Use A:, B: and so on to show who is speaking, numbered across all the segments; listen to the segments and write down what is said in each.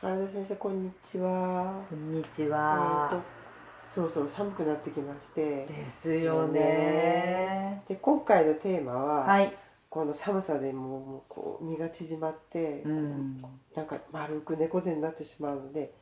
A: 原田先生こんにちは。
B: こんにち
A: え
B: は
A: ーと。そろそろ寒くなってきまして、
B: ですよね。
A: で今回のテーマは、
B: はい。
A: この寒さでもうもうこう身が縮まって、
B: うん。
A: なんか丸く猫背になってしまうので、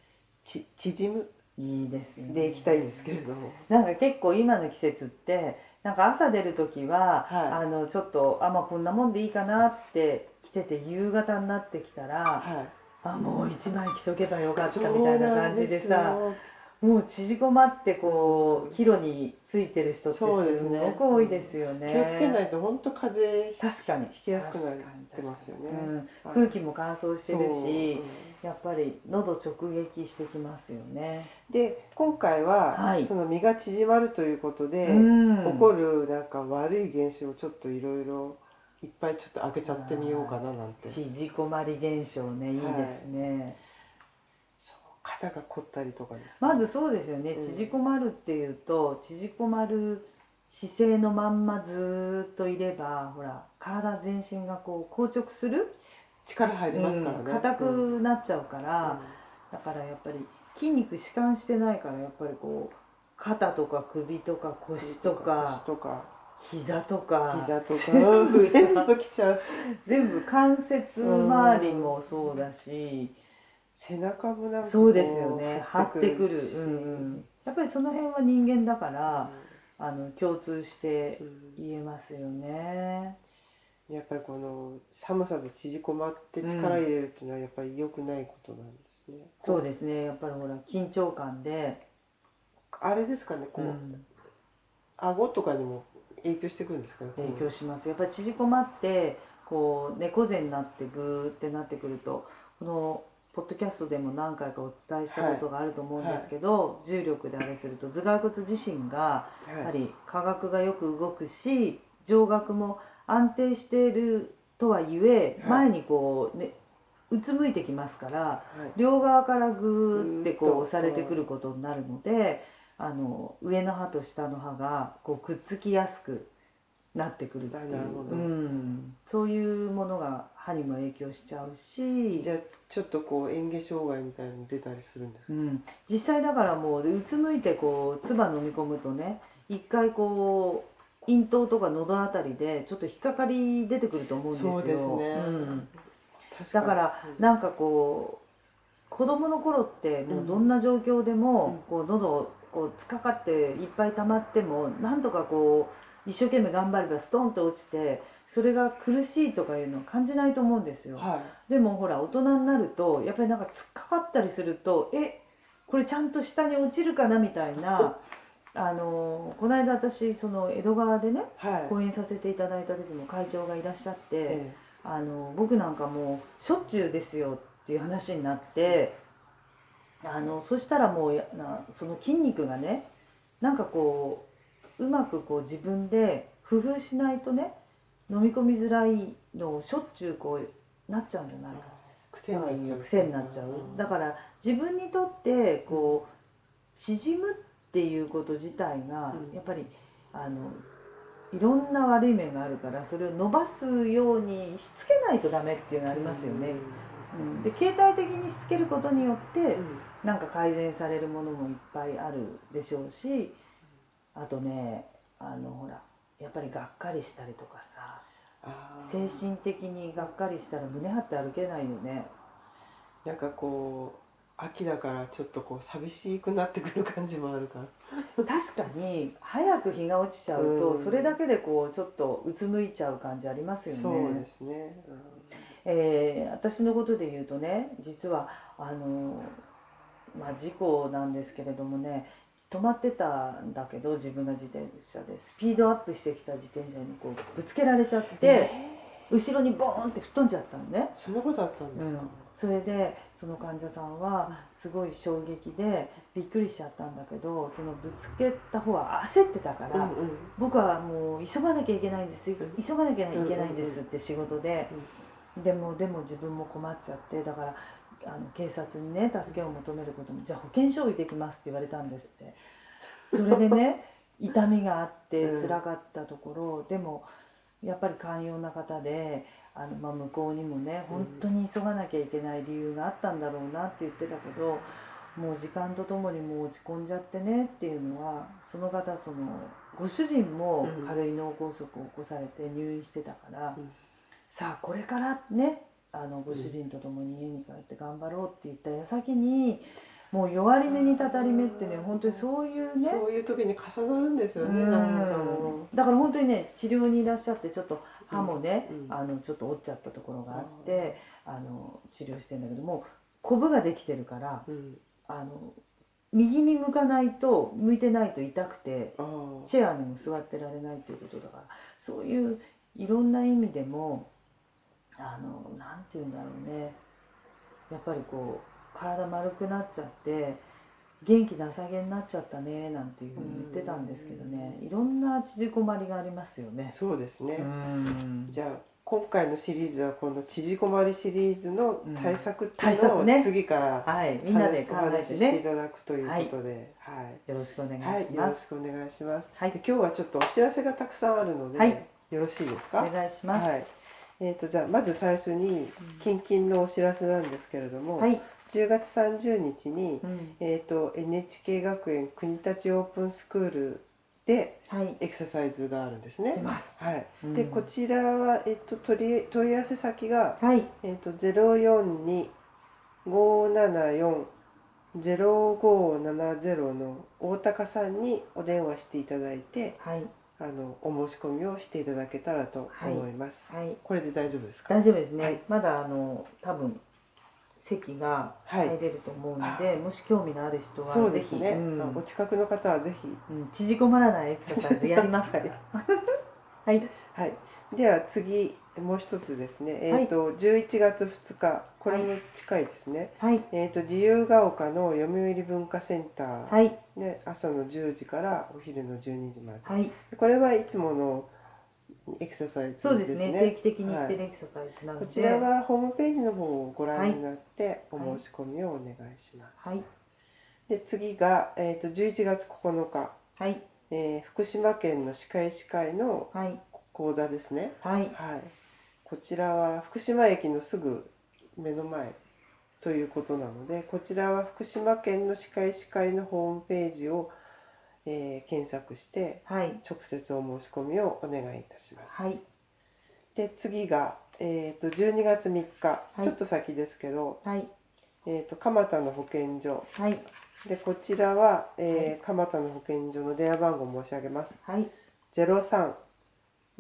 A: ち縮む
B: いいですよね。
A: でいきたいんですけれども、
B: なんか結構今の季節ってなんか朝出る時は、
A: はい
B: あのちょっとあまあこんなもんでいいかなって来てて夕方になってきたら、
A: はい。
B: あもう一枚着とけばよかったみたいな感じでさ
A: そうなんですよ
B: もう縮こまってこう帰路についてる人ってす
A: そうですね
B: ごく多いですよね。
A: 気をつけないと本当風邪ひ
B: 確かに
A: きやすくなってますよね。
B: うん
A: はい
B: 空気も乾燥してる
A: そう
B: し
A: う、ん
B: やっぱり喉直撃してきますよね。
A: で今回は、
B: はい
A: その身が縮まるということで、
B: うん
A: 起こるなんか悪い現象をちょっといろいろいっぱいちょっと開けちゃってみようかななんてそう
B: 縮こまり現象ねいいですね。
A: 肩が凝ったりとかですね
B: まずそうですよね、
A: うん
B: 縮こまるっていうと縮こまる姿勢のまんまずーっといればほら体全身がこう硬直する
A: 力入りますからね
B: うん硬
A: うん
B: くなっちゃうから、だからやっぱり筋肉弛緩してないからやっぱりこう肩とか首とか腰と
A: 腰
B: か
A: とか
B: 膝とか
A: 膝とか
B: 全 部
A: 全部きちゃう
B: 全部関節周りもそうだし、
A: 背中もなんかこ
B: そうですよね張ってくる
A: し
B: うんうん、やっぱりその辺は人間だから、あの共通して
A: うん
B: 言えますよね。
A: やっぱりこの寒さで縮こまって力入れるっていうのはやっぱり良くないことなんですね、
B: そうですね。やっぱりほら緊張感で、
A: あれですかねこ
B: う
A: う、
B: ん、
A: 顎とかにも影響してくるんですかね。
B: 影響します。やっぱり縮こまってこう猫背になってぐーってなってくるとこのポッドキャストでも何回かお伝えしたことがあると思うんですけど、重力であれすると頭蓋骨自身がやは
A: はい。
B: り下顎がよく動くし上顎も安定しているとはいえ
A: はい
B: 前にこう、ね、うつむいてきますから
A: はい
B: 両側からグーってこ
A: う
B: うん押されてくることになるのであの上の歯と下の歯がこうくっつきやすくなってくるってい
A: あなるほ
B: う、
A: ど
B: うん、そういうものが歯にも影響しちゃうし
A: じゃあちょっとこう嚥下障害みたいなの出たりするんです
B: う
A: か。
B: ん、実際だからもううつむいてこう唾飲み込むとね一回こう咽頭とか喉あたりでちょっと引っかかり出てくると思うんですよ
A: そうですね
B: うん、
A: 確
B: だからなんかこう子供の頃ってもうどんな状況でもこう喉をこうつかかっていっぱい溜まってもなんとかこう一生懸命頑張ればストンと落ちてそれが苦しいとかいうのを感じないと思うんですよ。
A: は
B: でもほら大人になるとやっぱりなんか突っかかったりするとえこれちゃんと下に落ちるかなみたいなあのーこの間私その江戸川でね
A: いはい。
B: 講演させていただいた時も会長がいらっしゃって、
A: え
B: あの僕なんかもうしょっちゅうですよっていう話になってあのそしたらもうやなその筋肉がねなんかこううまくこう自分で工夫しないとね飲み込みづらいのをしょっちゅうこうなっちゃうんじゃないか
A: え癖になっちゃう。
B: 癖になっちゃう、だから自分にとってこう縮むっていうこと自体が
A: うん
B: やっぱりあのいろんな悪い面があるからそれを伸ばすようにしつけないとダメっていうのありますよね、うんで携帯的にしつけることによって
A: うん。うん
B: なんか改善されるものもいっぱいあるでしょうしあとねあのほらやっぱりがっかりしたりとかさ
A: あ
B: 精
A: ー
B: 神的にがっかりしたら胸張って歩けないよね
A: なんかこう秋だからちょっとこう寂しくなってくる感じもあるから。
B: 確かに早く日が落ちちゃうと、
A: うん
B: それだけでこうちょっとうつむいちゃう感じありますよね。
A: そうですね。うん
B: えー私のことで言うとね実はあの、まあ、事故なんですけれどもね止まってたんだけど自分が自転車でスピードアップしてきた自転車にこうぶつけられちゃって、後ろにボーンって吹っ飛んじゃったのね。
A: そんなことあったんですか。
B: それでその患者さんはすごい衝撃でびっくりしちゃったんだけどそのぶつけた方は焦ってたか
A: う
B: ら、
A: んうん。
B: 僕はもう急がなきゃいけないんです
A: ん
B: 急がなきゃいけないんですって仕事で、でもでも自分も困っちゃってだからあの警察にね助けを求めることもじゃあ保険証置いてきますって言われたんですってそれで ね痛みがあって
A: うん
B: 辛かったところ、でもやっぱり寛容な方であのまあ、向こうにもね本当に急がなきゃいけない理由があったんだろうなって言ってたけど、もう時間とともにもう落ち込んじゃってねっていうのはその方そのご主人も
A: うん
B: 軽い脳梗塞を起こされて入院してたから、
A: うん
B: さあこれからねあのご主人と共に家に帰って頑張ろうって言った矢先にもう弱り目にたたり目ってね本当にそういうね
A: そういう時に重なるんですよね、
B: うん
A: なんかも
B: だから本当にね治療にいらっしゃってちょっと歯もね、
A: うんうん
B: あのちょっと折っちゃったところがあって、あの治療してんだけどもコブができてるから
A: う、うん、
B: あの右に向かないと向いてないと痛くて
A: ああ
B: チェアにも座ってられないっていうことだからそういういろんな意味でもあのなんて言うんだろうねやっぱりこう体丸くなっちゃって元気なさげになっちゃったねなんていうふうに言ってたんですけどねいろんな縮こまりがありますよね。
A: そうですね、
B: うん
A: じゃあ今回のシリーズはこの縮こまりシリーズの対策っていう
B: うん対策
A: のを
B: ね
A: 次から
B: はい、みんなで
A: 話す、
B: 考
A: お話
B: えて
A: ししてい
B: ね
A: ただくということで、はい、
B: よろしくお願
A: はい
B: いし
A: よ
B: ま
A: ろ
B: す。
A: しくお願いします、
B: はい
A: で今日はちょっとお知らせがたくさんあるので、
B: はい
A: よろしいですか
B: お願いします。
A: はいえー、とじゃあまず最初に近々のお知らせなんですけれども、
B: はい、
A: 10月30日に、
B: うん
A: えー、と NHK 学園国立オープンスクールで
B: はい、
A: エクササイズがあるんですね。
B: します
A: はい。
B: うん
A: でこちらはえっと取り問い合わせ先が
B: はい、
A: えっとゼロ四二五七四ゼロ五七ゼロの大高さんにお電話していただいて
B: はい、
A: あのお申し込みをしていただけたらと思います。
B: はい。
A: これで大丈夫ですか？
B: 大丈夫ですね、
A: はい
B: まだあの多分席が
A: はい
B: 入れると思うので、
A: あ
B: もし興味のある人
A: そ
B: は
A: う
B: ぜ
A: で
B: ひ、
A: すね。
B: うん
A: あお近くの方はぜひ
B: うん縮こまらないエクササイズや りますからはい
A: はい。では次もう一つですね。えっ、と11月2日これも近いですね。
B: はい
A: えっ、と自由が丘の読売文化センター。
B: はい
A: ね、朝の10時からお昼の12時まで、
B: はい
A: これはいつものエクササイズですね
B: そうですね定期的に行って
A: は
B: るエクササイズないので、
A: こちらはホームページの方をご覧になってお申し込みをお願いします、
B: はい
A: で次が、えー、と11月9日、
B: はい
A: えー福島県の歯科医師会の
B: はい
A: 講座ですね
B: はい
A: はいこちらは福島駅のすぐ目の前ということなのでこちらは福島県の歯科医師会のホームページを、えー検索して
B: はい
A: 直接お申し込みをお願いいたします。
B: はい
A: で次が、えー、と12月3日、
B: い
A: ちょっと先ですけど、
B: はい
A: えー、と蒲田の保健所
B: はい
A: でこちらは、えー蒲田の保健所の電話番号申し上げます。
B: はい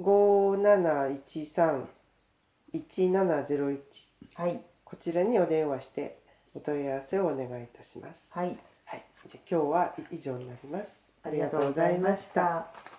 A: 0357131701
B: はい
A: こちらにお電話してお問い合わせをお願いいたします。
B: はい
A: はい、じゃあ今日は以上になります。ありがとうございました。
B: ありがとうございました